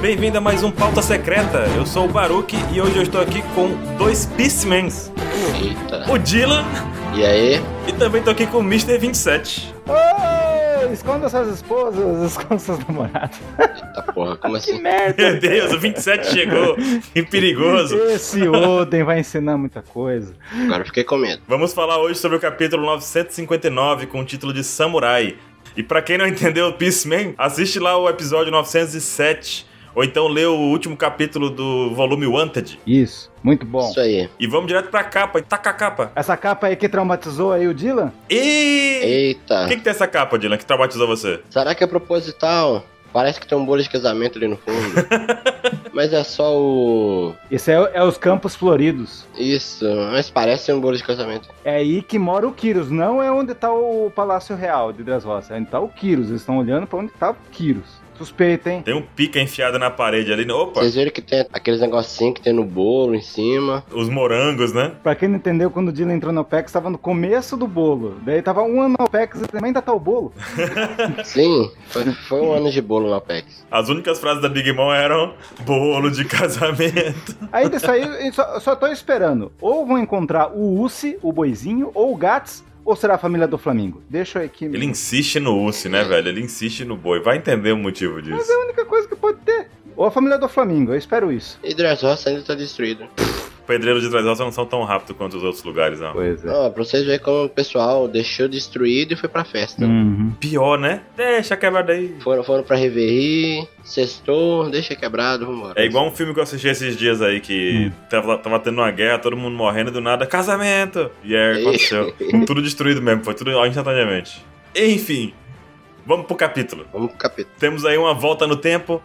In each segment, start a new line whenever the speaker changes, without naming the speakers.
Bem-vindo a mais um Pauta Secreta. Eu sou o Baruque e hoje eu estou aqui com dois Peacemans,
Eita.
o Dylan
E aí?
e também tô aqui com o Mr. 27.
Ô, esconda suas esposas, esconda seus namorados.
Eita porra, como
Que
assim?
merda!
Meu Deus, o 27 chegou, que perigoso.
Esse Oden vai ensinar muita coisa.
Agora eu fiquei com medo.
Vamos falar hoje sobre o capítulo 959 com o título de Samurai. E pra quem não entendeu o Peaceman, assiste lá o episódio 907 ou então lê o último capítulo do volume Wanted.
Isso, muito bom.
Isso aí.
E vamos direto pra capa, e taca a capa.
Essa capa aí que traumatizou aí o Dylan?
E o
Eita.
que, que tem essa capa, Dylan, que traumatizou você?
Será que é proposital? Parece que tem um bolo de casamento ali no fundo. Mas é só o.
Esse é, é os Campos Floridos.
Isso, mas parece um bolo de casamento.
É aí que mora o Kyros, não é onde tá o Palácio Real de Dressrosa, é onde tá o Kyros. Eles estão olhando pra onde tá o Kyros. Suspeita, hein?
Tem um pica enfiado na parede ali. né? Opa,
Vocês viram que tem aqueles negocinhos que tem no bolo em cima.
os morangos, né?
Pra quem não entendeu, quando o Dylan entrou no OPEX, tava no começo do bolo. Daí tava um ano no OPEX e também ainda tá o bolo.
Sim, foi, foi um ano de bolo no Apex.
As únicas frases da Big Mom eram bolo de casamento.
Aí disso aí, eu só, só tô esperando. Ou vão encontrar o Uci, o boizinho, ou o Gats, ou será a família do Flamingo. Deixa eu aqui.
Ele insiste no urso, né, velho? Ele insiste no boi. Vai entender o motivo disso.
É a única coisa que pode ter. Ou a família do Flamingo, eu espero isso.
E Dressrosa ainda tá destruído.
Pedreiros de Dressrosa não são tão rápidos quanto os outros lugares, não.
Pois
Ó, pra vocês verem como o pessoal deixou destruído e foi pra festa.
Hum.
Uhum,
Pior, né? Deixa quebrado aí.
Foram, foram pra Reverie, sextou, deixa quebrado, vambora.
É igual um filme que eu assisti esses dias aí que tava, tava tendo uma guerra, todo mundo morrendo e do nada, casamento! E aí aconteceu. tudo destruído mesmo, foi tudo instantaneamente. Enfim, vamos pro capítulo.
Vamos pro capítulo.
Temos aí uma volta no tempo,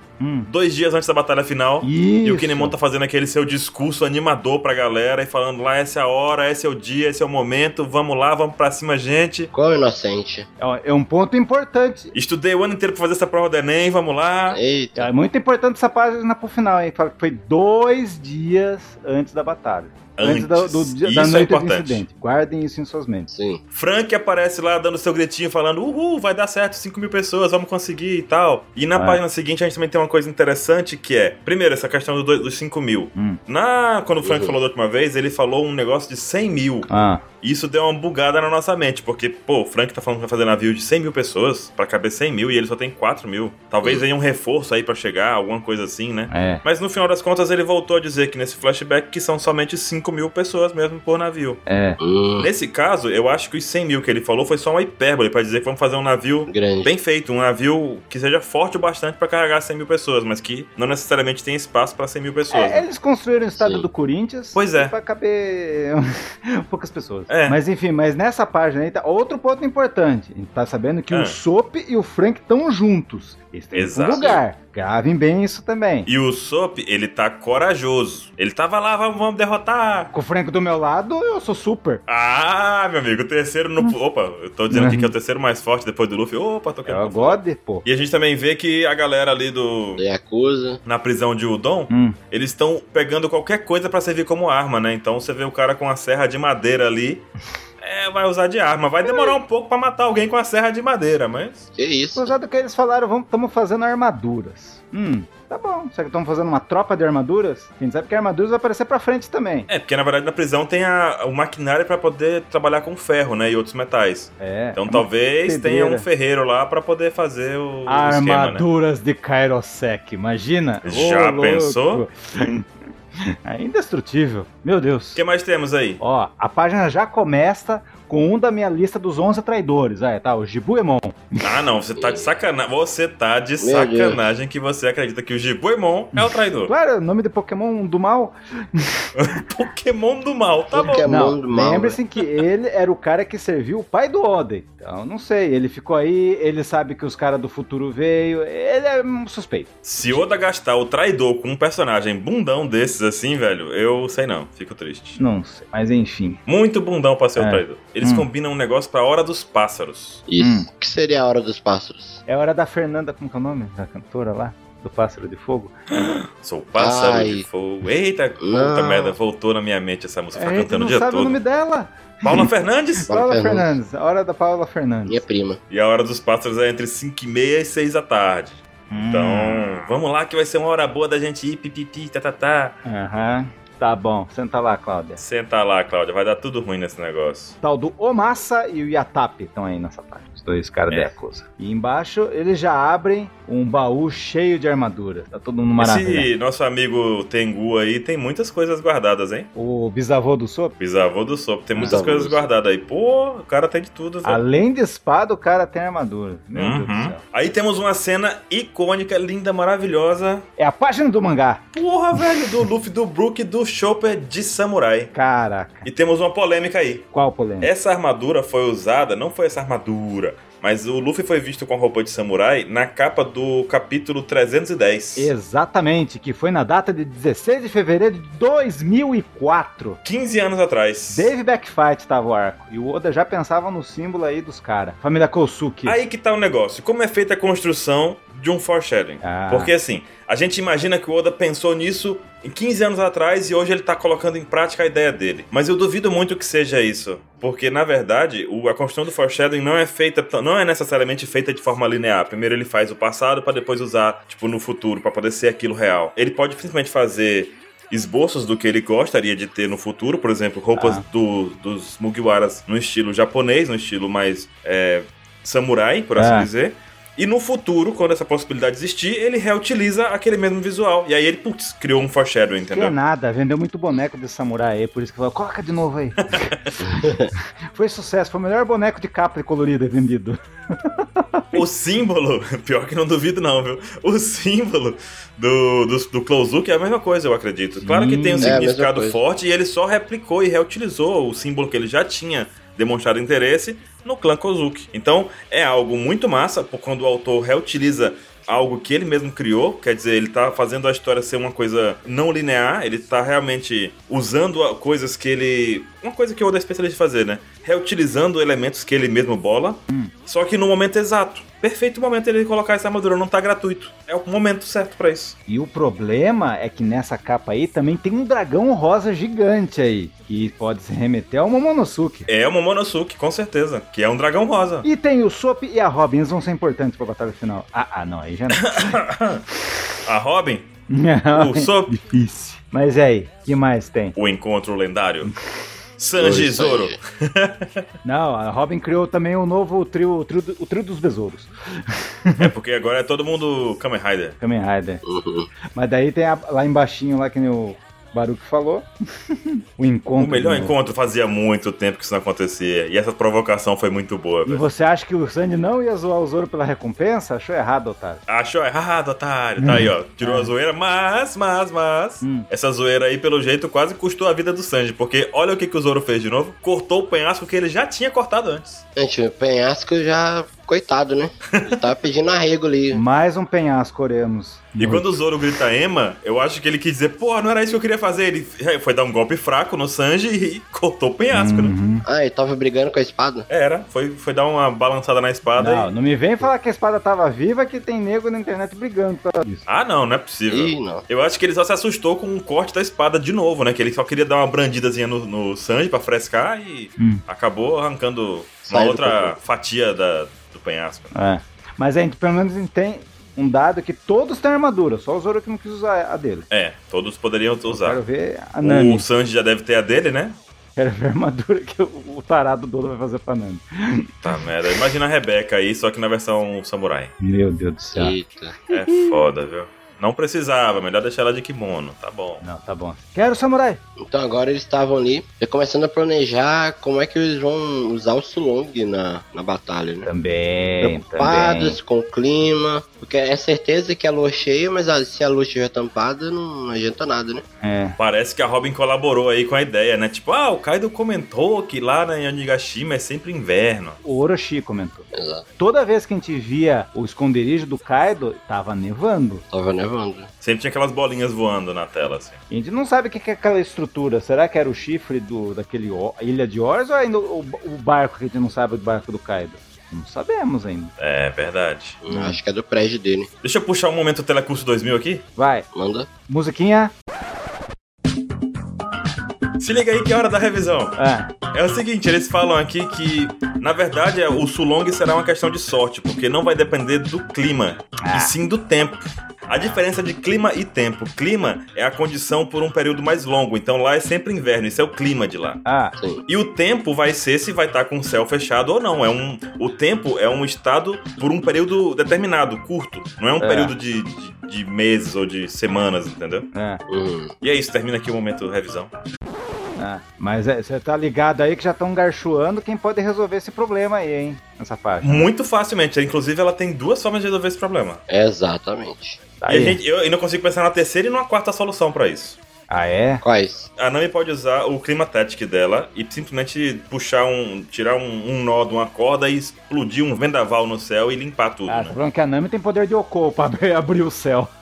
dois dias antes da batalha final.
uhum. Isso.
E o Kinemon tá fazendo aquele seu discurso animador pra galera e falando lá, essa é a hora, esse é o dia, esse é o momento, vamos lá, vamos pra cima, gente.
Qual é o inocente?
Ó, É um ponto importante.
Estudei o ano inteiro pra fazer essa prova do Enem, vamos lá.
Eita.
É muito importante essa página pro final, hein? Fala que foi dois dias antes da batalha. da, do dia- da
Isso é
noite do
importante.
incidente. Guardem isso em suas mentes.
Sim.
Frank aparece lá dando seu gritinho, falando: Uhul, vai dar certo, 5 mil pessoas, vamos conseguir e tal. E na
Vai.
página seguinte a gente também tem uma coisa interessante que é: primeiro, essa questão do dois- dos 5 mil.
Hum.
Na, quando o Frank
Uhum.
falou da última vez, ele falou um negócio de 100 mil.
Ah,
Isso deu uma bugada na nossa mente, porque, pô, o Frank tá falando que vai fazer navio de 100 mil pessoas pra caber 100 mil e ele só tem 4 mil. Talvez aí um reforço aí pra chegar, alguma coisa assim, né?
é.
Mas no final das contas ele voltou a dizer que nesse flashback que são somente 5 mil pessoas mesmo por navio.
É.
Hum,
Nesse caso, eu acho que os 100 mil que ele falou foi só uma hipérbole pra dizer que vamos fazer um navio
grande.
bem feito, um navio que seja forte o bastante pra carregar 100 mil pessoas, mas que não necessariamente tem espaço pra 100 mil pessoas.
É,
né?
eles construíram o estádio
Sim.
do Corinthians.
Pois é.
Pra caber poucas pessoas.
É.
Mas enfim, mas nessa página aí tá outro ponto importante. A gente tá sabendo que
Ah.
o Sop e o Frank estão juntos. Eles têm
Exato.
um lugar. Gravem bem isso também.
E o Sop, ele tá corajoso. Ele tava lá, vamos, vamos derrotar.
Com o Frank do meu lado, eu sou super.
Ah, meu amigo, o terceiro no.
Hum.
Opa, eu tô dizendo aqui que é o terceiro mais forte depois do Luffy. Opa, tô
Uhum. É o
querendo.
God, pô.
E a gente também vê que a galera ali do.
Yakuza.
Na prisão de Udon,
Hum.
eles estão pegando qualquer coisa pra servir como arma, né? Então você vê o cara com a serra de madeira ali, é, vai usar de arma. Vai demorar um pouco pra matar alguém com a serra de madeira, mas.
Que isso?
Usado que eles falaram, estamos fazendo armaduras. Hum, tá bom. Será que estamos fazendo uma tropa de armaduras? A gente sabe que armaduras vai aparecer pra frente também.
É, porque na verdade na prisão tem a, o maquinário pra poder trabalhar com ferro, né? E outros metais.
É.
Então
é uma
talvez tenha um
pedreira.
ferreiro lá pra poder fazer o, o esquema, né?
Armaduras de Kairosek, imagina?
Já
louco.
pensou?
É indestrutível, meu Deus.
O que mais temos aí?
Ó, a página já começa com um da minha lista dos 11 traidores. Ah, é, tá, o Jibuemon.
Ah, não, você tá de sacanagem. Você tá de
Meu
sacanagem que você acredita que o Jibuemon é o traidor.
Claro, nome de Pokémon do mal.
Pokémon do mal, tá bom.
Pokémon
não,
do mal. né?
lembre-se que ele era o cara que serviu o pai do Oden. Então, não sei, ele ficou aí, ele sabe que os caras do futuro veio, ele é um suspeito.
Se Oda gastar o traidor com um personagem bundão desses assim, velho, eu sei não, fico triste.
Não sei, mas enfim.
Muito bundão pra ser o
É.
traidor. Eles
Hum.
combinam um negócio pra Hora dos Pássaros.
Isso. O que seria a hora dos pássaros?
É hora da Fernanda, como que é o nome da cantora lá? Do Pássaro de Fogo?
Sou pássaro
Ai.
de fogo. Eita, puta
Não.
merda, voltou na minha mente essa música,
É,
tá
a gente
cantando
não
o dia
sabe o
todo.
nome dela.
Paula Fernandes?
Paula
Paula
Fernandes.
Fernandes. A hora da Paula
Minha
Fernandes.
prima.
E a Hora dos Pássaros é entre 5 e meia e 6 da tarde. Então,
Hum.
vamos lá que vai ser uma hora boa da gente ir, pipipi, tá, tatatá.
Aham. Tá bom, senta lá, Cláudia.
Senta lá, Cláudia, vai dar tudo ruim nesse negócio.
tal do Omassa e o Yatap estão aí nessa parte. Os dois caras
É.
da Yakuza. E embaixo eles já abrem um baú cheio de armadura. Tá todo mundo maravilha.
Esse nosso amigo Tengu aí tem muitas coisas guardadas, hein?
O bisavô do Sop,
Bisavô do Sop, tem muitas
Bisavô
coisas
do Sop.
guardadas aí. Pô, o cara tem de tudo, velho.
além de espada, o cara tem armadura. Meu Deus do
Uhum.
céu.
Aí temos uma cena icônica, linda, maravilhosa.
É a página do mangá.
Porra, velho, do Luffy, do Brook, do Chopper de Samurai.
Caraca,
E temos uma polêmica aí.
qual polêmica?
Essa armadura foi usada, não foi essa armadura, mas o Luffy foi visto com roupa de samurai na capa do capítulo 310.
Exatamente, que foi na data de 16 de fevereiro de 2004.
15 anos atrás.
Dave Backfight tava o arco. E o Oda já pensava no símbolo aí dos caras. Família Kosuke.
Aí que tá o negócio. Como é feita a construção de um foreshadowing?
Ah.
Porque assim, a gente imagina que o Oda pensou nisso em 15 anos atrás e hoje ele tá colocando em prática a ideia dele. Mas eu duvido muito que seja isso. Porque, na verdade, o- a construção do foreshadowing não é feita, tão- não é necessariamente feita de forma linear. Primeiro ele faz o passado pra depois usar, tipo, no futuro, pra poder ser aquilo real. Ele pode simplesmente fazer esboços do que ele gostaria de ter no futuro, por exemplo, roupas
Ah.
do- dos Mugiwaras no estilo japonês, no estilo mais é, samurai, por assim
Ah.
dizer. E no futuro, quando essa possibilidade existir, ele reutiliza aquele mesmo visual. E aí ele, putz, criou um foreshadowing,
Que
entendeu?
nada, vendeu muito boneco de samurai aí, por isso que falou, coloca de novo aí. foi sucesso, foi o melhor boneco de capa colorida vendido.
O símbolo, pior que não duvido não, viu? O símbolo do, do, do Clousuke é a mesma coisa, eu acredito. Claro que
Hum.
tem um
É, a
mesma
significado
coisa.
forte e ele só replicou e reutilizou o símbolo que ele já tinha demonstrado interesse no clã Kozuki. Então, é algo muito massa por quando o autor reutiliza algo que ele mesmo criou, quer dizer, ele tá fazendo a história ser uma coisa não linear, ele tá realmente usando a- coisas que ele... Uma coisa que o Oda é especialista em fazer, né? Reutilizando elementos que ele mesmo bola, só que no momento exato. Perfeito momento ele colocar essa armadura, não tá gratuito. É o momento certo pra isso.
E o problema é que nessa capa aí também tem um dragão rosa gigante aí, que pode se remeter ao Momonosuke.
É o Momonosuke, com certeza, que é um dragão rosa.
E tem o Sop e a Robin, eles vão ser importantes pra batalha final. Ah, ah, não, aí já não.
A Robin,
não. é
o Sop,
Difícil. Mas e aí, que mais tem?
o encontro lendário. Sanji
Oi,
e Zoro.
Sanji.
Não, a Robin criou também o novo trio, o trio, do- o trio dos besouros.
É porque agora é todo mundo Kamen Rider.
Kamen Rider.
Uhum.
Mas daí tem a- lá embaixinho, lá que nem o Baruque falou. o encontro.
O melhor
né?
encontro fazia muito tempo que isso não acontecia. E essa provocação foi muito boa,
E
velho.
você acha que o Sandy não ia zoar o Zoro pela recompensa? Achou errado, otário.
Achou errado, otário. Tá aí, ó. Tirou a zoeira, mas, mas, mas.
Hum.
Essa zoeira aí, pelo jeito, quase custou a vida do Sanji. Porque olha o que, que o Zoro fez de novo: cortou o penhasco que ele já tinha cortado antes.
Gente, o penhasco já. Coitado, né? Ele tava pedindo arrego ali.
Mais um penhasco, oremos.
E quando o Zoro grita Ema, eu acho que ele quis dizer, porra, não era isso que eu queria fazer. Ele foi dar um golpe fraco no Sanji e cortou o penhasco, né?
Uhum.
Ah, ele tava brigando com a espada?
Era, foi, foi dar uma balançada na espada
Não,
e...
não me vem falar que a espada tava viva que tem nego na internet brigando por causa disso.
Ah, não, não é possível.
Ih, não.
Eu acho que ele só se assustou com o corte da espada de novo, né? Que ele só queria dar uma brandidazinha no, no Sanji pra frescar e
Hum.
acabou arrancando uma
Sai do
outra
corpo.
fatia da, do penhasco. né?
É. Mas a gente pelo menos tem um dado que todos têm armadura, só o Zoro que não quis usar a dele.
É, todos poderiam usar.
Quero ver a Nami.
O Sanji já deve ter a dele, né?
Quero ver a armadura que o o tarado do Oda vai fazer pra Nami.
Tá merda. Imagina a Rebeca aí, só que na versão samurai.
Meu Deus do
Tá.
céu.
Eita.
É foda, viu? Não precisava, melhor deixar ela de kimono, tá bom.
Não, tá bom. Quero o samurai.
Então agora eles estavam ali, já começando a planejar como é que eles vão usar o Sulong na, na batalha, né?
Também,
Preocupados com o clima, porque é certeza que a lua é cheia, mas ah, se a lua estiver tampada, não adianta nada, né?
É.
Parece que a Robin colaborou aí com a ideia, né? Tipo, ah, o Kaido comentou que lá na Yanigashima é sempre inverno.
O Orochi comentou.
Exato.
Toda vez que a gente via o esconderijo do Kaido, tava nevando.
Tava nevando. né?
Sempre tinha aquelas bolinhas voando na tela, assim.
A gente não sabe o que que é aquela estrutura. Será que era o chifre do, daquele o- Ilha de Ors ou ainda o, o barco que a gente não sabe do barco do Kaido? Não sabemos ainda.
É, verdade.
Hum, Acho que é do prédio dele.
Deixa eu puxar um momento o Telecurso 2000 aqui.
Vai,
Manda.
musiquinha.
Se liga aí que é hora da revisão.
Ah,
É o seguinte, eles falam aqui que, na verdade, é, o Sulong será uma questão de sorte, porque não vai depender do clima, e sim do tempo. A diferença de clima e tempo. Clima é a condição por um período mais longo, então lá é sempre inverno, isso é o clima de lá.
Ah,
Sim.
E o tempo vai ser se vai estar com o céu fechado ou não. É um, o tempo é um estado por um período determinado, curto. Não é um
É.
período de, de, de meses ou de semanas, entendeu?
é,
Uhum.
E é isso, termina aqui o momento revisão.
é. Mas é, você tá ligado aí que já estão garchoando quem pode resolver esse problema aí, hein? Nessa página.
Muito facilmente. Inclusive, ela tem duas formas de resolver esse problema.
Exatamente.
Tá
E a
aí.
gente, eu ainda consigo pensar na terceira e numa quarta solução pra isso.
Ah, é?
Quais?
A Nami pode usar o climatético dela e simplesmente puxar um. tirar um, um nó de uma corda e explodir um vendaval no céu e limpar tudo.
Ah,
né?
tá falando que a Nami tem poder de Oko pra abrir, abrir o céu.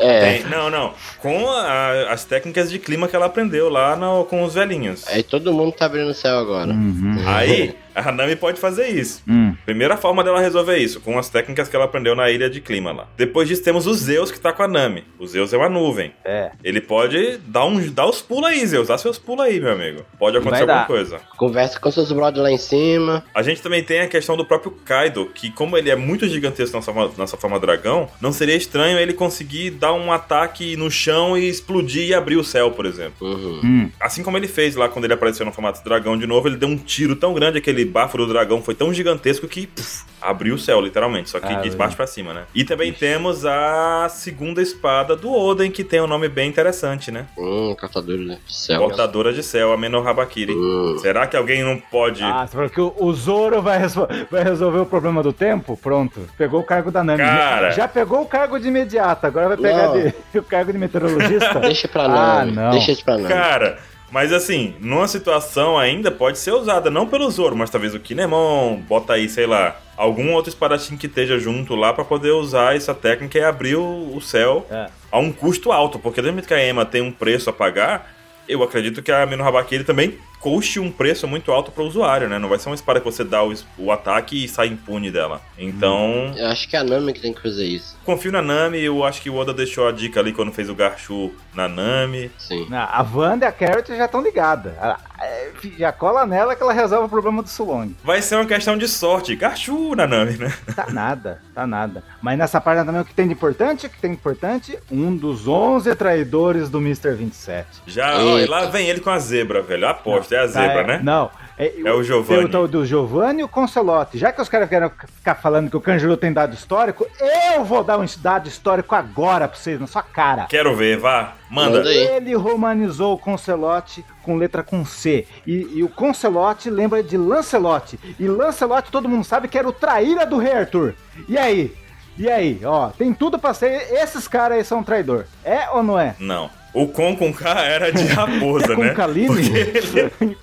É.
Tem- não, não. Com a- as técnicas de clima que ela aprendeu lá no- com os velhinhos.
É
Aí todo mundo tá abrindo o céu agora.
Uhum.
Aí, a Nami pode fazer isso.
Hum.
Primeira forma dela resolver isso, com as técnicas que ela aprendeu na ilha de clima lá. Depois disso, temos o Zeus que tá com a Nami. O Zeus é uma nuvem.
É.
Ele pode dar, um, dar os pulos aí, Zeus. Dá seus pulos aí, meu amigo. Pode acontecer
Vai dar.
alguma coisa.
Conversa com seus brothers lá em cima.
A gente também tem a questão do próprio Kaido, que como ele é muito gigantesco nessa forma, nessa forma dragão, não seria estranho ele conseguir dar um ataque no chão e explodir e abrir o céu, por exemplo.
Uhum.
Hum.
Assim como ele fez lá quando ele apareceu no formato dragão de novo, ele deu um tiro tão grande, aquele bafo do dragão foi tão gigantesco que puf, abriu o céu, literalmente. Só que
Ah,
de
é.
baixo pra cima, né? E também temos a segunda espada do Oden, que tem um nome bem interessante, né?
Hum, cortadura do céu.
Cortadora de céu, a Menor Habakiri.
Hum.
Será que alguém não pode.
Ah, você falou que o, o Zoro vai, resol- vai resolver o problema do tempo? Pronto. Pegou o cargo da Nami.
Cara.
Já pegou o cargo de imediato, agora vai pegar
Não.
de- o cargo de meteorologista?
Deixa pra
Ah,
Nami.
não.
Deixa isso pra Nami.
Cara, mas assim, numa situação ainda pode ser usada, não pelo Zoro, mas talvez o Kinemon, bota aí, sei lá, algum outro espadachim que esteja junto lá pra poder usar essa técnica e abrir o, o céu
É.
a um custo alto, porque do mesmo que a Ema tem um preço a pagar, eu acredito que a Mino Habakiri também custe um preço muito alto pro usuário, né? Não vai ser uma espada que você dá o, es- o ataque e sai impune dela.
Hum.
Então,
Eu acho que é a Nami que tem que fazer isso.
confio na Nami, eu acho que o Oda deixou a dica ali quando fez o Garchu na Nami.
Sim.
Não, a Wanda e a Carrot já estão ligadas. Ah, é, Já cola nela que ela resolve o problema do Sulong.
Vai ser uma questão de sorte. Garchu na Nami, né?
Tá nada, tá nada. Mas nessa página também o que tem de importante? O que tem de importante? Um dos 11 traidores do Mr. 27.
Já, ó, e
Eita.
lá vem ele com a zebra, velho. Eu aposto, é a zebra,
Tá, é-
né?
Não. É,
É o
Tem
Giovanni.
o tal do Giovanni e o Concelotti. Já que os caras querem ficar falando que o Canjuru tem dado histórico, eu vou dar um dado histórico agora pra vocês, na sua cara.
Quero ver, vá. Manda.
Manda aí.
Ele romanizou o Concelote com letra com C. E, e o Concelote lembra de Lancelote. E Lancelote, todo mundo sabe que era o traíra do rei Arthur. E aí? E aí? Ó, tem tudo pra ser. Esses caras aí são traidor. É ou não é?
Não. O com com K era de raposa,
é com
né?
Kaline?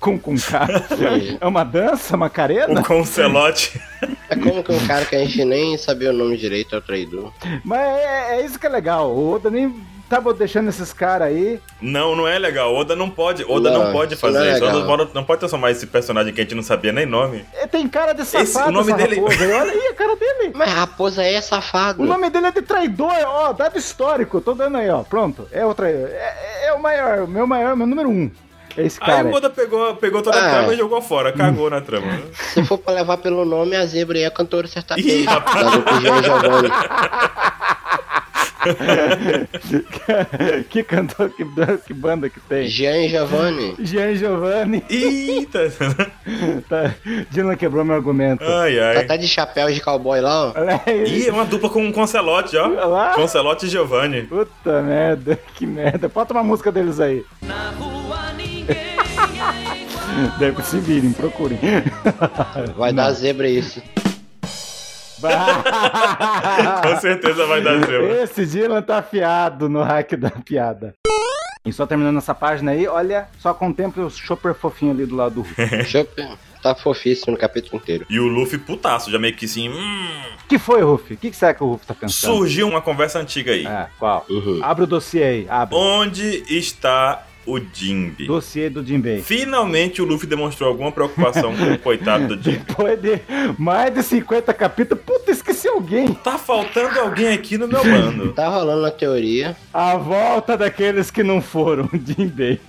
com com K. É uma dança, macarena?
O Concelote.
É como que um cara que a gente nem sabia o nome direito é o traidor.
Mas é, é isso que é legal. O Oda nem tava deixando esses caras aí.
Não, não é legal. Oda não pode. Oda não,
Não,
pode
isso não
fazer
é
isso. Oda
legal.
não pode transformar esse personagem que a gente não sabia nem nome.
É, Tem cara de safado,
Esse- o nome
essa
dele-
raposa. aí. Olha aí a cara dele.
Mas raposa é safado.
O nome dele é de traidor, ó, dado histórico. Tô dando aí, ó. Pronto. É o traidor. É, é- é o maior, o meu maior, meu número um. É esse
Aí
cara.
o Oda pegou, pegou toda a
Ah.
trama e jogou fora. Cagou na trama.
Se for pra levar pelo nome, a zebra aí é a cantora
Ih,
sertaneja. Da dupla Jean Giovanni.
que cantor, que, dan- que banda que tem.
Jean e Giovanni.
Jean Giovanni.
Eita.
Tá, Dylan quebrou meu argumento.
Ai,
Tá
ai.
até de chapéu de cowboy lá, ó.
Olha aí.
Ah. Ih, é uma dupla com o Concelote,
Olha
ó.
lá.
Concelote e Giovanni.
Puta merda, que merda. Bota uma música deles aí.
Na rua ninguém é igual.
Deve se virem, procurem.
Vai dar zebra isso.
Ah.
Com certeza vai dar zebra.
Esse Dylan tá afiado no hack da piada. E só terminando essa página aí, olha, só contemple o chopper fofinho ali do lado do Hulk.
Chope tá fofíssimo no capítulo inteiro.
E o Luffy putaço, já meio que assim. hum,
que foi, Ruff? O que, que será que o Ruff tá pensando?
surgiu uma conversa antiga aí.
É, qual?
Uhum.
Abre o dossiê aí, abre.
Onde está o Jimbe?
Dossiê do Jinbei.
Finalmente o Luffy demonstrou alguma preocupação com o coitado do Jimbe.
Depois de mais de 50 capítulos, puta, esqueci alguém.
Tá faltando alguém aqui no meu bando.
Tá rolando na teoria.
A volta daqueles que não foram, Jinbei.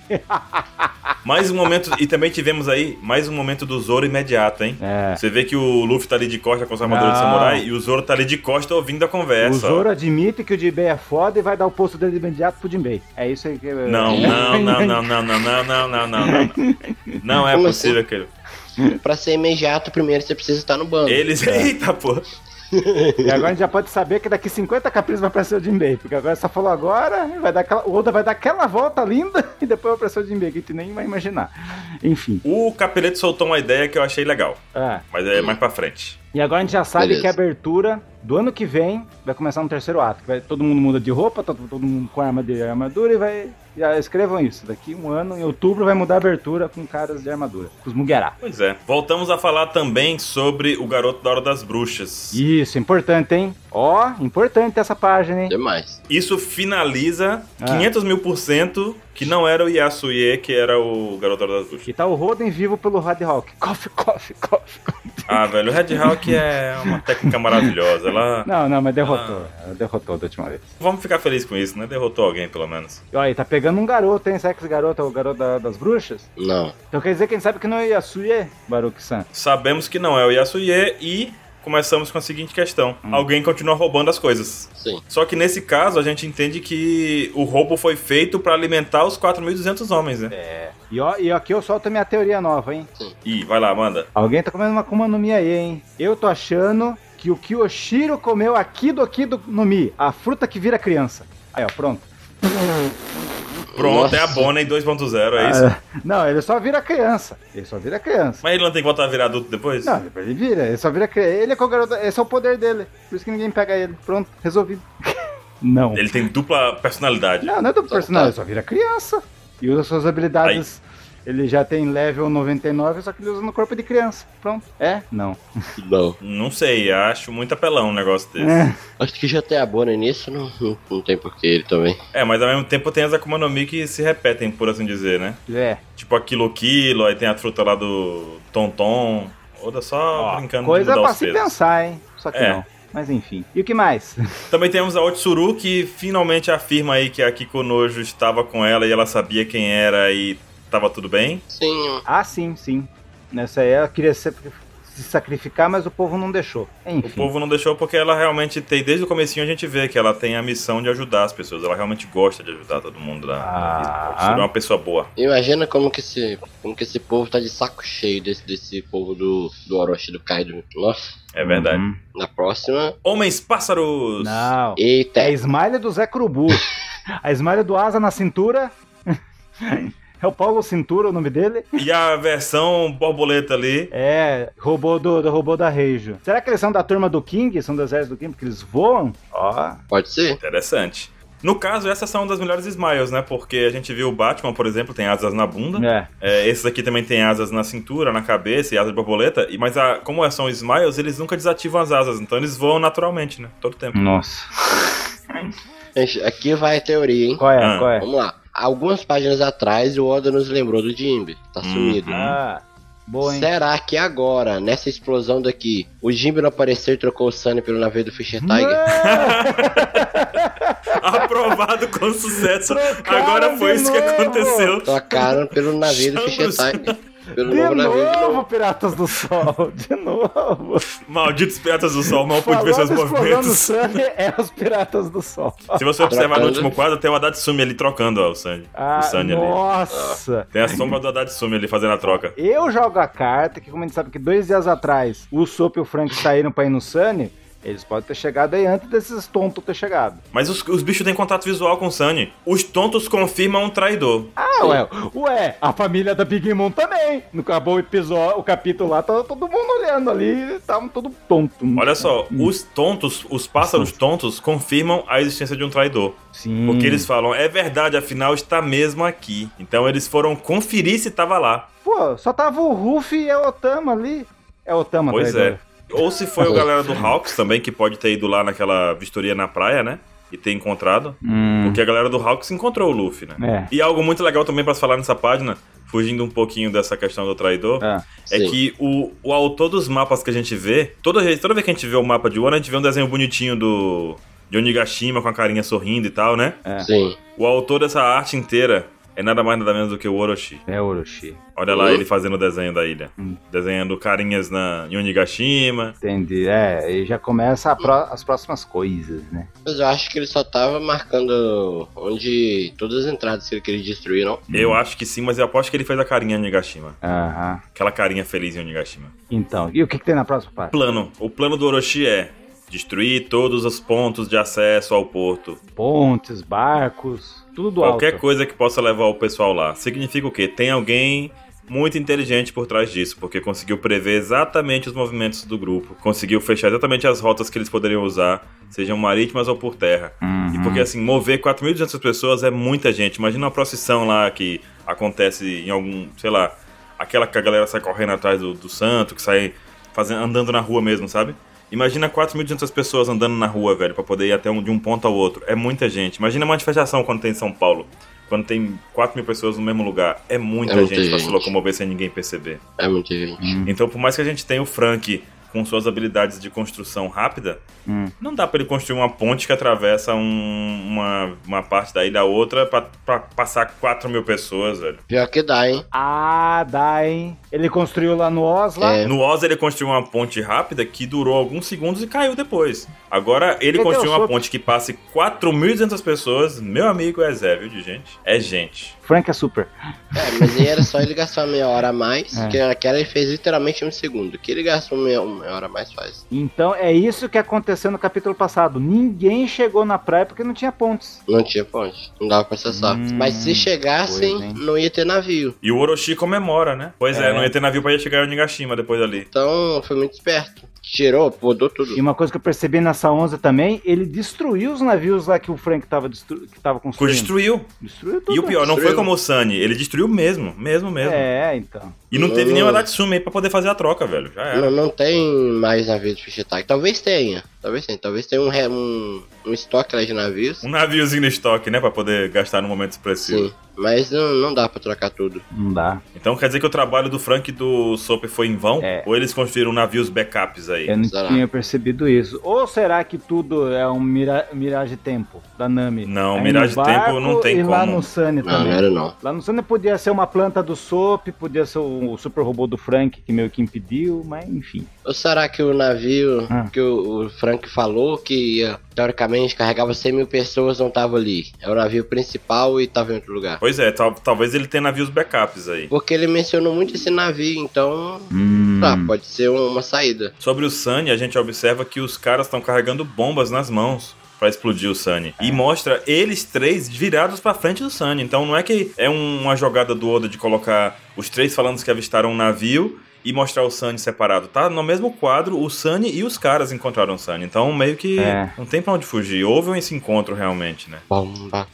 Mais um momento, e também tivemos aí mais um momento do Zoro imediato, hein?
É.
Você vê que o Luffy tá ali de costa com os armadores de
Não.
samurai e o Zoro tá ali de costa ouvindo a
o
conversa. ó.
Zoro admite que o Jinbei é foda e vai dar o posto dele de imediato pro Jinbei. É isso aí que...
Não, não, não, não, não, não, não, não, não, não, não. Não é
Como
possível, aquele.
Pra ser imediato, primeiro você precisa estar no banco.
Eles. Eita, pô.
E agora a gente já pode saber que daqui 50 capítulos vai aparecer o Jinbei, porque agora só falou agora, vai dar aquela, o Oda vai dar aquela volta linda e depois vai aparecer o Jinbei, que tu nem vai imaginar. Enfim.
O Capeleto soltou uma ideia que eu achei legal,
é.
mas é mais pra frente.
E agora a gente já sabe
Beleza.
que a abertura do ano que vem vai começar no terceiro ato. Que vai, todo mundo muda de roupa, tá todo mundo com arma de armadura e vai. Já escrevam isso. Daqui um ano, em outubro, vai mudar a abertura com caras de armadura. Com os Muguerá.
Pois é. Voltamos a falar também sobre o Garoto da Hora das Bruxas.
Isso, importante, hein? Ó, importante essa página, hein?
Demais.
Isso finaliza
Ah.
500 mil por cento que não era o Yasuye, que era o Garoto da Hora das Bruxas.
E tá o Roden vivo pelo Hard Rock. Coffee, coffee, coffee.
Ah, velho, o Red Hawk é uma técnica maravilhosa. Ela...
Não, não, mas derrotou.
Ah.
Derrotou da última vez.
Vamos ficar felizes com isso, né? Derrotou alguém, pelo menos.
E olha, tá pegando um garoto, hein? Será que esse garoto é o garoto da- das bruxas?
Não.
Então quer dizer que a gente sabe que não é Yasuye, Baruch-san.
Sabemos que não é o Yasuye e começamos com a seguinte questão.
Hum.
Alguém continua roubando as coisas.
Sim.
Só que nesse caso, a gente entende que o roubo foi feito pra alimentar os 4.200 homens, né?
É. E, ó, e aqui eu solto a minha teoria nova, hein?
Ih, vai lá, manda.
Alguém tá comendo uma Akuma no Mi aí, hein? Eu tô achando que o Kyoshiro comeu a Kido Kido no Mi, a fruta que vira criança. Aí, ó, pronto.
Pronto,
Nossa.
é a Bonnie 2.0, é isso?
Ah, não, ele só vira criança. Ele só vira criança.
Mas ele não tem que voltar a virar adulto depois?
Não, ele vira, ele só vira criança. Ele é com o garoto, esse é o poder dele. Por isso que ninguém pega ele. Pronto, resolvido. não.
Ele tem dupla personalidade.
Não, não é do
Só
personagem,
tá.
só vira criança. E usa suas habilidades. Ele já tem level 99, só que ele usa no corpo de criança. Pronto. É? Não.
Não.
Não sei, acho muito apelão um negócio desse.
Acho que já tem a Bona nisso, não, não, não tem porquê ele também.
É, mas ao mesmo tempo tem as Akuma no Mi que se repetem, por assim dizer, né?
É.
Tipo a Kilo Kilo, aí tem a fruta lá do Tonton. Oda só brincando
Coisa
de mudar
pra
os
se
pesos.
pensar, hein? Só que
É.
não. Mas enfim. E o que mais?
Também temos a Otsuru, que finalmente afirma aí que a Kiko Nojo estava com ela e ela sabia quem era e tava tudo bem.
Sim,
ah, sim, sim. Nessa aí ela queria se, se sacrificar, mas o povo não deixou.
O
Enfim.
povo não deixou porque ela realmente tem, desde o comecinho a gente vê que ela tem a missão de ajudar as pessoas. Ela realmente gosta de ajudar todo mundo da, da vida. A Otsuru é uma pessoa boa.
Imagina como que esse, como que esse povo tá de saco cheio desse, desse povo do, do Orochi do Kaido. Nossa,
É verdade.
Uhum.
na próxima.
Homens pássaros!
Não.
Eita,
É a smile do Zé Curubu. a smile do Asa na cintura. é o Paulo Cintura o nome dele.
E a versão borboleta ali.
É, robô do, do robô da Reijo. Será que eles são da turma do King? São do exército do King porque eles voam? Ó.
pode ser?
Interessante. No caso, essas são das melhores smiles, né? Porque a gente viu o Batman, por exemplo, tem asas na bunda.
É.
É, esses aqui também tem asas na cintura, na cabeça e asas de borboleta. E, mas a- como é, são smiles, eles nunca desativam as asas. Então eles voam naturalmente, né? Todo
Hum.
tempo.
Nossa.
Gente, Aqui vai a teoria, hein?
Qual é?
Ah.
Qual é?
Vamos lá. Algumas páginas atrás o Oda nos lembrou do Jimbe. Tá sumido.
Uhum.
Ah, boa, hein?
Será que agora, nessa explosão daqui, o Jimbe não apareceu e trocou o Sunny pelo navio do Fischer Tiger?
Não,
Aprovado com sucesso.
Trocaram
Agora foi
de
isso que
novo. Tá.
aconteceu.
Trocaram pelo navio do Fischer
Chama o
Tiger. Pelo
de
novo navio de
novo,
novo.
Piratas do Sol. De novo.
Malditos piratas do sol, mal pude
Falando
ver seus
explosão do
movimentos.
sangue é os Piratas do Sol.
Se você observar no
Trocando.
último quadro, tem o Adatsumi ali trocando, ó, o Sandy.
Ah,
o Sandy ali.
nossa.
Tem a sombra do Adatsumi ali fazendo a troca.
Eu jogo a carta que, como a gente sabe que dois dias atrás o Sop e o Frank saíram pra ir no Sunny, eles podem ter chegado aí antes desses tontos ter chegado.
Mas os, os bichos têm contato visual com o Sunny. Os tontos confirmam um traidor.
Ah, ué, ué, a família da Big Mom também. No acabou o episódio, o capítulo lá, tava todo mundo olhando ali, tá tava todo tonto.
Olha só,
Hum.
os tontos, os pássaros tontos, confirmam a existência de um traidor.
Sim.
Porque eles falam, é verdade, afinal está mesmo aqui. Então eles foram conferir se estava lá.
Pô, só tava o Ruffy e a Otama ali. É a Otama,
Pois
traidora.
é. Ou se
Uhum.
foi o galera do Hawks também, que pode ter ido lá naquela vistoria na praia, né? E ter encontrado.
Hum.
Porque a galera do Hawks encontrou o Luffy, né?
É.
E algo muito legal também pra se falar nessa página, fugindo um pouquinho dessa questão do traidor,
Ah.
é
Sim.
que o, o autor dos mapas que a gente vê, toda vez, toda vez que a gente vê o mapa de Wano, a gente vê um desenho bonitinho do de Onigashima com a carinha sorrindo e tal, né?
É.
Sim.
O autor dessa arte inteira, é nada mais nada menos do que o Orochi.
É Orochi.
Olha lá ele fazendo o desenho da ilha. Desenhando carinhas na em Onigashima.
Entendi. É, e já começa a pró- as próximas coisas, né?
Mas eu acho que ele só tava marcando onde todas as entradas que ele queria destruir, não?
Eu acho que sim, mas eu aposto que ele fez a carinha em Onigashima.
Aham.
Aquela carinha feliz em Onigashima.
Então, e o que, que tem na próxima parte?
Plano. O plano do Orochi é destruir todos os pontos de acesso ao porto.
Pontes, barcos, tudo
Qualquer
alto.
coisa que possa levar o pessoal lá. Significa o quê? Tem alguém muito inteligente por trás disso, porque conseguiu prever exatamente os movimentos do grupo, conseguiu fechar exatamente as rotas que eles poderiam usar, sejam marítimas ou por terra.
Uhum.
E porque assim, mover 4.200 pessoas é muita gente. Imagina uma procissão lá que acontece em algum, sei lá, aquela que a galera sai correndo atrás do, do santo, que sai fazendo, andando na rua mesmo, sabe? Imagina 4.200 pessoas andando na rua, velho, pra poder ir até um, de um ponto ao outro. É muita gente. Imagina uma manifestação quando tem em São Paulo. Quando tem 4 mil pessoas no mesmo lugar. É muita,
É muita
gente pra se
gente.
locomover sem ninguém perceber.
É muita gente.
Então, por mais que a gente tenha o Frank com suas habilidades de construção rápida,
Hum.
não dá pra ele construir uma ponte que atravessa um- uma, uma parte da ilha a outra pra, pra passar 4 mil pessoas, velho.
Pior que dá, hein?
Ah, dá, hein? Ele construiu lá no Oz, lá?
É.
No Oz ele construiu uma ponte rápida que durou alguns segundos e caiu depois. Agora ele
Cadê
construiu
o
uma
soco?
ponte que passe 4.200 pessoas. Meu amigo é Zé, viu, de gente? É gente.
Frank é super.
É, mas aí era só ele gastar meia hora a mais,
É.
que aquela ele fez literalmente um segundo. Que ele gastou meia, uma hora a mais faz.
Então é isso que aconteceu no capítulo passado. Ninguém chegou na praia porque não tinha pontes.
Não tinha ponte, não dava pra acessar.
Hum,
mas se chegassem,
pois, hein.
não ia ter navio.
E o Orochi comemora, né? Pois é,
É.
não ia ter navio pra ir chegar em Onigashima depois ali.
Então foi muito esperto. Tirou, podou tudo.
E uma coisa que eu percebi nessa 11 também, ele destruiu os navios lá que o Frank tava, destru... que tava construindo.
Destruiu.
Destruiu tudo.
E o pior, não foi
Destruiu.
como o Sunny. Ele destruiu mesmo. Mesmo, mesmo.
É, então.
E não teve
Eu-
nenhuma Datsumi aí pra poder fazer a troca, velho. Já era.
Não, não tem mais navio de fish attack. Talvez tenha. Talvez tenha. Talvez tenha um, re- um, um estoque lá de navios.
Um naviozinho no estoque, né? Pra poder gastar no momento expressivo.
Sim. Mas não, não dá pra trocar tudo.
Não dá.
Então quer dizer que o trabalho do Frank e do Soap foi em vão?
É.
Ou eles construíram navios backups aí?
Eu não
Será?
tinha percebido isso. Ou será que tudo é um mira... miragem tempo da Nami?
Não,
Aí
miragem
no
tempo não
barco
tem
e lá
como.
no
Não,
Sunny também.
não era não.
Lá no Sunny podia ser uma planta do Soap, podia ser o, o super robô do Frank que meio que impediu, mas enfim.
Ou será que o navio
Ah.
que o, o Frank falou que ia, teoricamente carregava 100 mil pessoas não tava ali? É o navio principal e tava em outro lugar.
Pois é, tal- talvez ele tenha navios backups aí.
Porque ele mencionou muito esse navio, então.
Hum.
Tá, pode ser um- uma saída.
Sobre o Sunny, a gente observa que os caras estão carregando bombas nas mãos pra explodir o Sunny. E mostra eles três virados pra frente do Sunny. Então não é que é um- uma jogada do Oda de colocar os três falando que avistaram um navio e mostrar o Sunny separado. Tá no mesmo quadro, o Sunny e os caras encontraram o Sunny. Então meio que
É.
não tem pra onde fugir. Houve esse encontro realmente, né?
Bomba.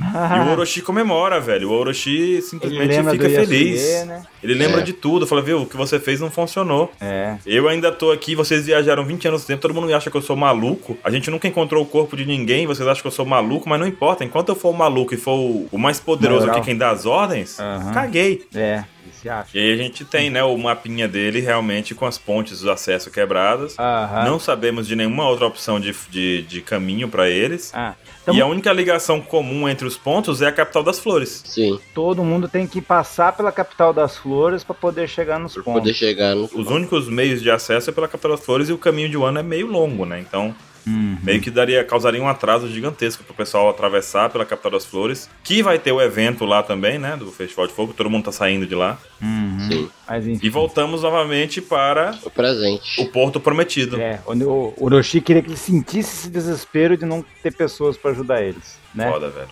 E o Orochi comemora, velho. O Orochi simplesmente
Ah. lembra
fica
do Yasuke,
feliz.
né?
Ele lembra
É.
de tudo. Fala, viu, o que você fez não funcionou.
É.
Eu ainda tô aqui, vocês viajaram 20 anos no tempo, todo mundo me acha que eu sou maluco. A gente nunca encontrou o corpo de ninguém, vocês acham que eu sou maluco, mas não importa. Enquanto eu for o maluco e for o- o mais poderoso
Maioral.
aqui, quem dá as ordens,
Aham.
caguei.
É, ele se acha.
E aí a gente tem, né, o mapinha dele realmente com as pontes do acesso quebradas.
Aham.
Não sabemos de nenhuma outra opção de, de, de caminho pra eles.
Ah, então
E a única ligação comum entre os pontos é a capital das flores.
Sim,
todo mundo tem que passar pela capital das flores pra poder chegar nos
pra
pontos.
poder chegar no.
Os únicos meios de acesso é pela capital das flores e o caminho de Wano é meio longo, né? Então
Hum.
Meio que daria, causaria um atraso gigantesco pro pessoal atravessar pela Capital das Flores, que vai ter o evento lá também, né, do Festival de Fogo, todo mundo tá saindo de lá.
Uhum.
Sim.
Mas enfim.
E voltamos novamente para
O
o
presente.
Porto Prometido.
É, onde o Orochi queria que ele sentisse esse desespero de não ter pessoas pra ajudar eles, né?
Foda, velho.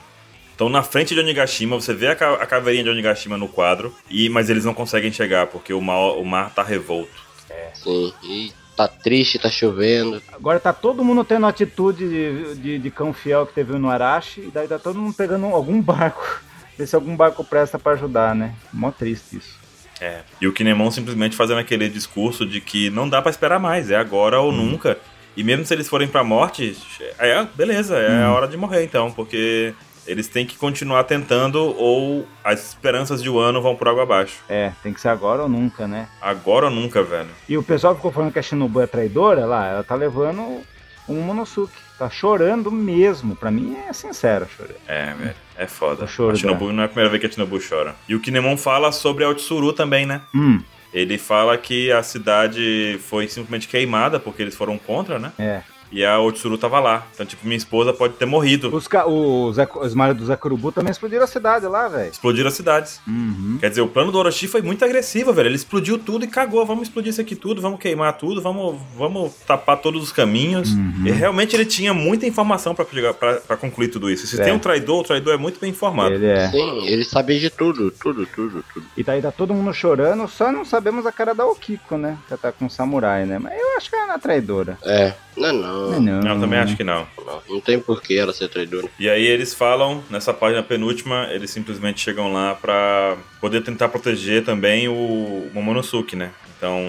Então, na frente de Onigashima, você vê a, ca a caveirinha de Onigashima no quadro, e mas eles não conseguem chegar, porque o mar, o mar tá revolto.
Sim. E tá triste, tá chovendo.
Agora tá todo mundo tendo a atitude de, de, de cão fiel que teve no Arashi, e daí tá todo mundo pegando algum barco. Ver se algum barco presta pra ajudar, né? Mó triste isso.
É. E o Kinemon simplesmente fazendo aquele discurso de que não dá pra esperar mais, é agora ou nunca. E mesmo se eles forem pra morte, é, beleza, é a hora de morrer então, porque eles têm que continuar tentando ou as esperanças de um ano vão por água abaixo.
É, tem que ser agora ou nunca, né?
Agora ou nunca, velho.
E o pessoal ficou falando que a Shinobu é traidora, lá, ela tá levando um Monosuke. Tá chorando mesmo. Pra mim é sincero chorando.
É, velho. É foda.
Eu choro,
a Shinobu,
cara.
não é a primeira vez que a Shinobu chora. E o Kinemon fala sobre a Otsuru também, né?
Hum,
Ele fala que a cidade foi simplesmente queimada porque eles foram contra, né?
é.
E a Otsuru tava lá. Então, tipo, minha esposa pode ter morrido.
Os, ca- os, ac- os Mario do Zakurubu também explodiram a cidade lá, velho.
Explodiram as cidades.
Uhum.
Quer dizer, o plano do Orochi foi muito agressivo, velho. Ele explodiu tudo e cagou. Vamos explodir isso aqui tudo, vamos queimar tudo, vamos, vamos tapar todos os caminhos.
Uhum.
E realmente ele tinha muita informação pra chegar- pra pra concluir tudo isso. Se
É.
tem um traidor, o traidor é muito bem informado.
Ele é.
Sim, ele sabia de tudo, tudo, tudo, tudo.
E daí tá todo mundo chorando, só não sabemos a cara da Okiko, né? Que ela tá com o samurai, né? Mas eu acho que ela não é traidora.
É, não,
Não,
não,
não.
Não, eu também acho que não.
não, não tem por que ela ser traidora.
E aí eles falam, nessa página penúltima, eles simplesmente chegam lá pra poder tentar proteger também o Momonosuke, né? Então,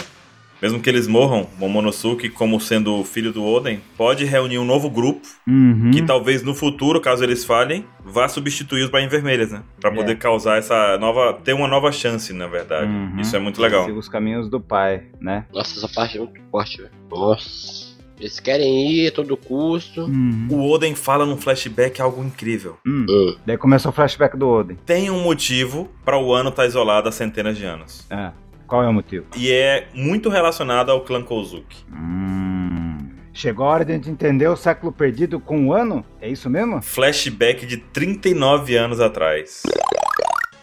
mesmo que eles morram, Momonosuke, como sendo o filho do Oden, pode reunir um novo grupo
Uhum.
que talvez no futuro, caso eles falhem, vá substituir os Bainhas Vermelhas, né? Pra poder
É.
causar essa nova... ter uma nova chance, na verdade.
Uhum.
Isso é muito legal.
Siga os caminhos do pai, né?
Nossa, essa parte é muito forte, velho. Nossa. Eles querem ir a todo custo.
Uhum.
O Oden fala num flashback algo incrível.
Hum.
Hum,
Daí começa o flashback do Oden.
Tem um motivo pra o ano estar isolado há centenas de anos.
Ah, qual é o motivo?
E é muito relacionado ao clã Kozuki.
Hum. Chegou a hora de a gente entender o século perdido com um ano? É isso mesmo?
Flashback de 39 anos atrás.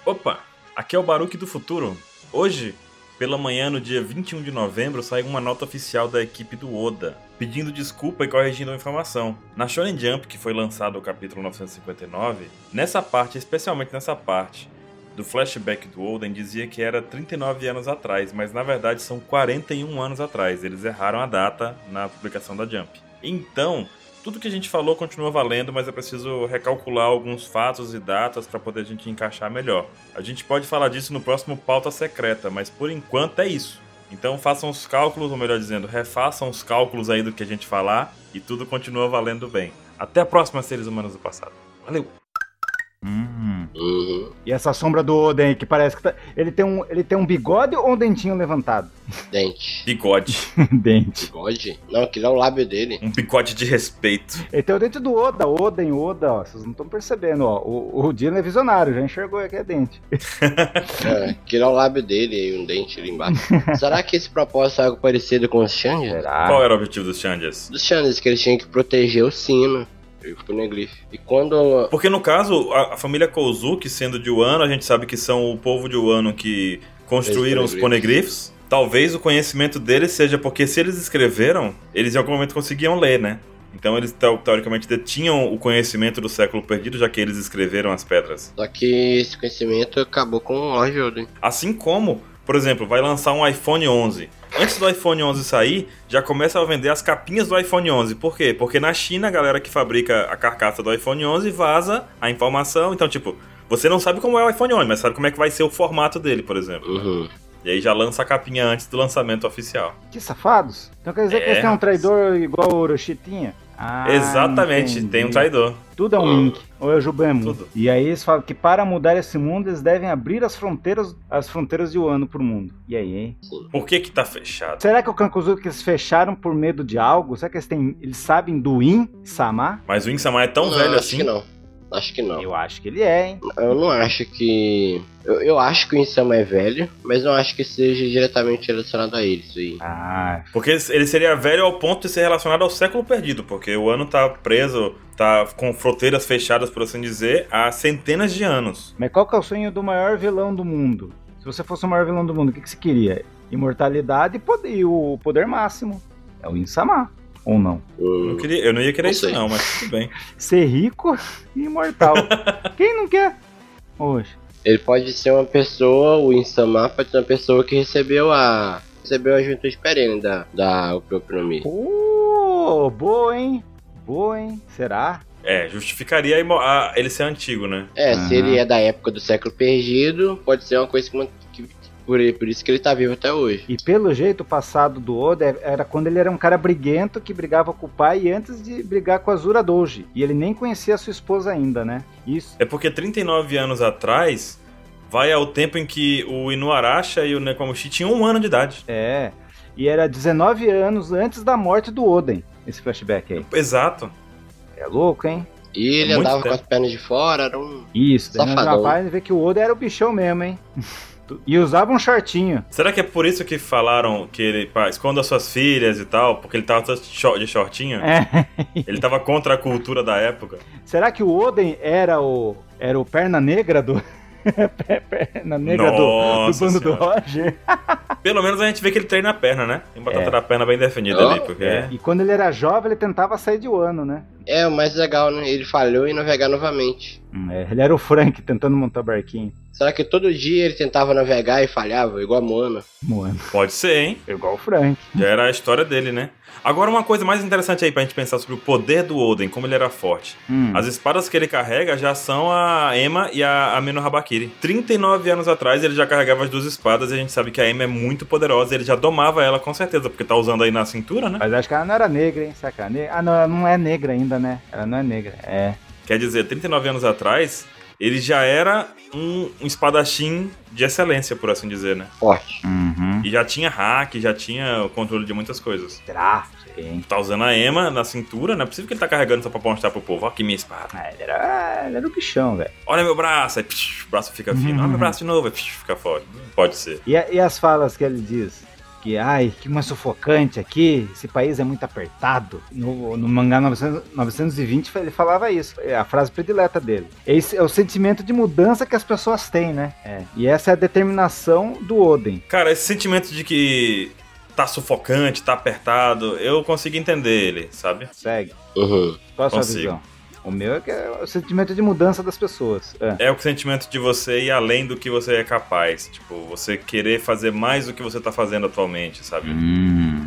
Opa, aqui é o Baruque do Futuro. Hoje, pela manhã, no dia 21 de novembro, saiu uma nota oficial da equipe do Oda, pedindo desculpa e corrigindo a informação. Na Shonen Jump, que foi lançado o capítulo 959, nessa parte, especialmente nessa parte, do flashback do Oden dizia que era 39 anos atrás, mas na verdade são 41 anos atrás. Eles erraram a data na publicação da Jump. Então, tudo que a gente falou continua valendo, mas é preciso recalcular alguns fatos e datas para poder a gente encaixar melhor. A gente pode falar disso no próximo pauta secreta, mas por enquanto é isso. Então façam os cálculos, ou melhor dizendo, refaçam os cálculos aí do que a gente falar e tudo continua valendo bem. Até a próxima, seres humanos do passado. Valeu!
Hum.
uhum.
E essa sombra do Oden que parece que tá... ele, tem um, ele tem um bigode ou um dentinho levantado?
Dente.
Bigode.
Dente.
Bigode? Não, aquilo é o lábio dele.
Um bigode de respeito.
Ele tem o dente do Oda, Oden, Oda, ó. Vocês não estão percebendo, ó. O, o Dino é visionário, já enxergou que é dente.
É, aquilo é o lábio dele e um dente ali embaixo. Será que esse propósito é algo parecido com os Xangas?
Será?
Qual era o objetivo dos Changes?
Dos Xangas, que eles tinham que proteger o sino. E o Poneglyph. E quando.
Porque no caso, a, a família Kozuki, sendo de Wano, a gente sabe que são o povo de Wano que construíram os
Os
ponegrifos. Talvez o conhecimento deles seja porque se eles escreveram, eles em algum momento conseguiam ler, né? Então eles teo- teoricamente detinham o conhecimento do século perdido, já que eles escreveram as pedras.
Só que esse conhecimento acabou com o Lord Oden.
Assim como, por exemplo, vai lançar um iPhone 11. Antes do iPhone 11 sair, já começa a vender as capinhas do iPhone 11. Por quê? Porque na China a galera que fabrica a carcaça do iPhone 11 vaza a informação. Então, tipo, você não sabe como é o iPhone 11, mas sabe como é que vai ser o formato dele, por exemplo. né?
Uhum.
E aí já lança a capinha antes do lançamento oficial.
Que safados? Então quer dizer que
É,
eles têm um traidor igual o Orochitinha? Ah,
Exatamente,
entendi.
tem um traidor.
Tudo é um link. Ou é o Jubemu.
Tudo.
E aí eles falam que para mudar esse mundo, eles devem abrir as fronteiras as fronteiras de Wano pro mundo. E aí, hein?
Por que que tá fechado?
Será que o Kankuzuki eles fecharam por medo de algo? Será que eles, têm, eles sabem do In Sama?
Mas o Insama é tão
Não,
velho
acho
assim.
que não. Acho que não.
Eu acho que ele é, hein?
Eu não acho que. Eu, eu acho que o Insama é velho, mas não acho que seja diretamente relacionado a ele isso aí.
Ah,
Porque ele seria velho ao ponto de ser relacionado ao século perdido, porque o ano tá preso, tá com fronteiras fechadas, por assim dizer, há centenas de anos.
mas qual que é o sonho do maior vilão do mundo? Se você fosse o maior vilão do mundo, o que, que você queria? Imortalidade e, poder, e o poder máximo. É o In Sama. Ou não?
Eu
Hum,
não, queria- eu não ia querer
Não
isso
sei.
não, mas tudo bem.
Ser rico e imortal. Quem não quer? Hoje.
Ele pode ser uma pessoa, o Insama pode ser uma pessoa que recebeu a. recebeu a juventude perene da, da Upropromi.
Uh, boa, hein? Boa, hein? Será?
É, justificaria a imo- a- ele ser antigo, né?
É,
Aham.
se ele é da época do século perdido, pode ser uma coisa que. man- que- por, ele- por isso que ele tá vivo até hoje.
E pelo jeito, o passado do Oda era quando ele era um cara briguento que brigava com o pai e antes de brigar com a Zura Doji. E ele nem conhecia a sua esposa ainda, né? Isso.
É porque 39 anos atrás vai ao tempo em que o Inuaracha e o Nekomamushi tinham um ano de idade.
É. E era 19 anos antes da morte do Oden. esse flashback aí.
Exato.
É louco, hein?
E ele
É muito
andava com
tempo.
as pernas de fora, era um.
Isso, daí nós
Safadão.
rapaz vê que o Oda era o bichão mesmo, hein? E usava um shortinho.
Será que é por isso que falaram que ele pá, esconda suas filhas e tal? Porque ele tava todo short- de shortinho?
É.
Ele tava contra a cultura da época.
Será que o Oden era o era o perna negra do perna negra do, do
Nossa
bando do
Senhora.
Roger?
Pelo menos a gente vê que ele treina a perna, né? Tem batata
É.
da perna bem definida
Ó.
ali, porque.
E quando ele era jovem, ele tentava sair de Wano, né?
É o mais legal, né? Ele falhou em navegar novamente.
É, ele era o Frank tentando montar barquinho.
Será que todo dia ele tentava navegar e falhava, igual a Moana?
Moana.
Pode ser, hein?
Igual o Frank.
Já era a história dele, né? Agora, uma coisa mais interessante aí pra gente pensar sobre o poder do Oden, como ele era forte.
Hum.
As espadas que ele carrega já são a Emma e a Amino Habakiri. 39 anos atrás ele já carregava as duas espadas e a gente sabe que a Emma é muito poderosa, ele já domava ela com certeza, porque tá usando aí na cintura, né?
Mas acho que ela não era negra, hein? Sacanagem. Ah, não, ela não é negra ainda, né? Ela não é negra. É.
Quer dizer, 39 anos atrás ele já era um, um espadachim de excelência, por assim dizer, né?
Forte.
Uhum.
E já tinha hack, já tinha o controle de muitas coisas.
Será? Sim.
Tá usando a Emma na cintura, não é possível que ele tá carregando só pra mostrar pro povo, ó aqui minha espada.
Ah, ele era, ele era o bichão, velho.
Olha meu braço, aí psh, o braço fica fino. Olha meu braço de novo, aí psh, fica forte. Pode ser.
E, a- e as falas que ele diz? Que, ai, que mais sufocante aqui, esse país é muito apertado. No, no mangá 900 920 ele falava isso, é a frase predileta dele. Esse é o sentimento de mudança que as pessoas têm, né? É. E essa é a determinação do Oden.
Cara, esse sentimento de que tá sufocante, tá apertado, eu consigo entender ele, sabe?
Segue.
Uhum.
Qual a sua
Consigo.
visão? O meu é, que é o sentimento de mudança das pessoas. É.
É o sentimento de você ir além do que você é capaz. Tipo, você querer fazer mais do que você tá fazendo atualmente, sabe?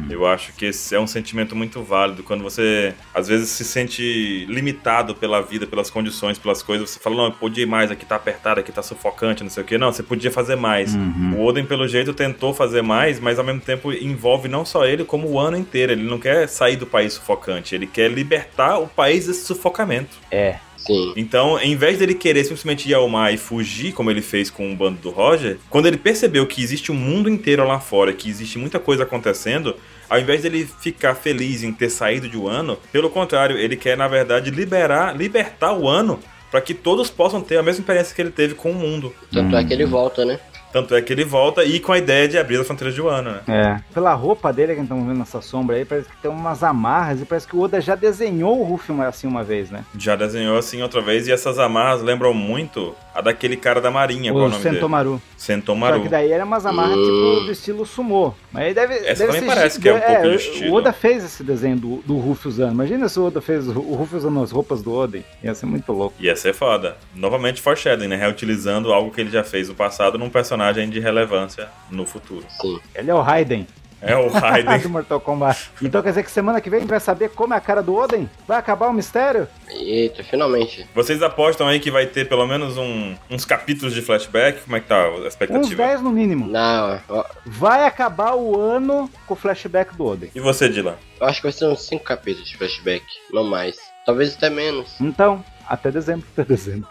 Eu acho que esse é um sentimento muito válido. Quando você, às vezes, se sente limitado pela vida, pelas condições, pelas coisas, você fala, não, eu podia ir mais, aqui tá apertado, aqui tá sufocante, não sei o quê. Não, você podia fazer mais.
Hum.
O Oden, pelo jeito, tentou fazer mais, mas ao mesmo tempo envolve não só ele, como o ano inteiro. Ele não quer sair do país sufocante, ele quer libertar o país desse sufocamento.
É.
Sim.
Então, em vez dele querer simplesmente ir ao mar e fugir, como ele fez com o bando do Roger, quando ele percebeu que existe um mundo inteiro lá fora, que existe muita coisa acontecendo, ao invés dele ficar feliz em ter saído de Wano, pelo contrário, ele quer, na verdade, liberar, libertar o Wano para que todos possam ter a mesma experiência que ele teve com o mundo.
Tanto é que
Uhum.
ele volta, né?
Tanto é que ele volta e com a ideia de abrir a fronteira de Wano, né?
É. Pela roupa dele, que estamos vendo essa sombra aí, parece que tem umas amarras e parece que o Oda já desenhou o Ruffy uma- assim uma vez, né?
Já desenhou assim outra vez e essas amarras lembram muito a daquele cara da marinha, qual é o
o
nome dele?
Sentomaru. Só
Sentomaru.
que daí era umas amarras
Hum.
tipo do estilo sumô. Mas aí deve,
Essa
deve
também
ser
parece
gi-
que é um pouco de
O
estilo.
Oda fez esse desenho do, do Ruffy usando. Imagina se o Oda fez o o Ruffy usando as roupas do Oden. Ia ser muito louco.
Ia ser foda. Novamente foreshadowing, né? Reutilizando algo que ele já fez no passado num personagem de relevância no futuro.
Sim.
Ele é o Raiden.
É o
do
Raiden.
Mortal Kombat. Então quer dizer que semana que vem a gente vai saber como é a cara do Oden? Vai acabar o mistério?
Eita, finalmente.
Vocês apostam aí que vai ter pelo menos um- uns capítulos de flashback? Como é que tá a
Uns
expectativa?
10 no mínimo.
Não, ó,
Vai acabar o ano com o flashback do Oden.
E você, Dylan?
eu acho que vai ser uns 5 capítulos de flashback. Não mais. Talvez até menos.
Então, até dezembro. Até dezembro.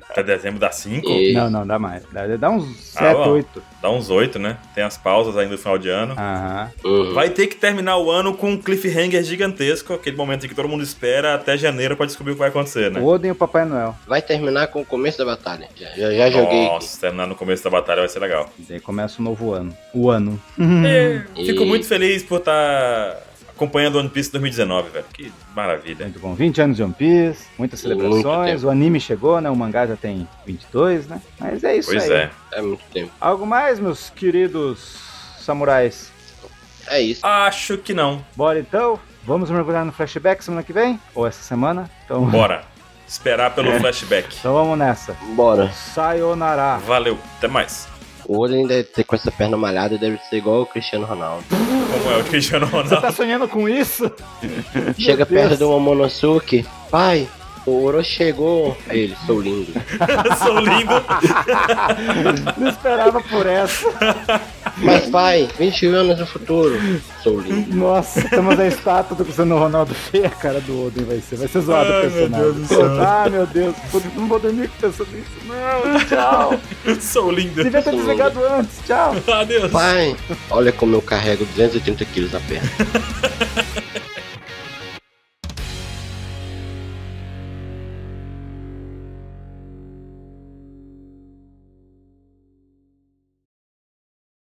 Até Tá dezembro dá 5?
E-
Não, não, dá mais. Dá, dá uns
Ah,
7,
ó.
8.
Dá uns 8, né? Tem as pausas ainda no final de ano.
Aham.
Uhum.
Vai ter que terminar o ano com um cliffhanger gigantesco, aquele momento em que todo mundo espera até janeiro pra descobrir o que vai acontecer, né?
O Oden e o Papai Noel.
Vai terminar com o começo da batalha. Já, já, já joguei aqui.
Nossa, terminar no começo da batalha vai ser legal.
E Daí começa o novo ano. O ano.
Fico
E-
muito feliz por estar acompanhando One Piece 2019, velho. Que maravilha.
Muito bom. 20 anos de One Piece, muitas
Muito
celebrações.
tempo.
o anime chegou, né? O mangá já tem 22, né? Mas é isso
Pois
aí.
é.
É muito tempo.
Algo mais, meus queridos samurais?
É isso.
Acho que não.
Bora então? Vamos mergulhar no flashback semana que vem? Ou essa semana? Então,
Bora. Esperar pelo flashback.
então vamos nessa.
Bora.
Sayonara.
Valeu. Até mais.
O Oden deve ter com essa perna malhada deve ser igual o Cristiano Ronaldo.
Como é o Cristiano
Você
Ronaldo?
tá sonhando com isso?
Chega
Deus.
perto de uma Monosuke. Pai, o Oro chegou. Aí Ele, sou lindo.
Sou lindo.
Não esperava por essa.
Mas pai, 20 anos no futuro. Sou lindo.
Nossa, estamos a estátua do Cristiano Ronaldo feia, cara do Oden vai ser. Vai ser zoado o
Ai, meu
personagem.
Deus do céu.
Ah, meu Deus, puta, não vou dormir pensando nisso. Não, tchau.
Sou lindo.
Devia ter desligado antes, tchau.
Adeus.
Pai, olha como eu carrego 230 quilos na perna.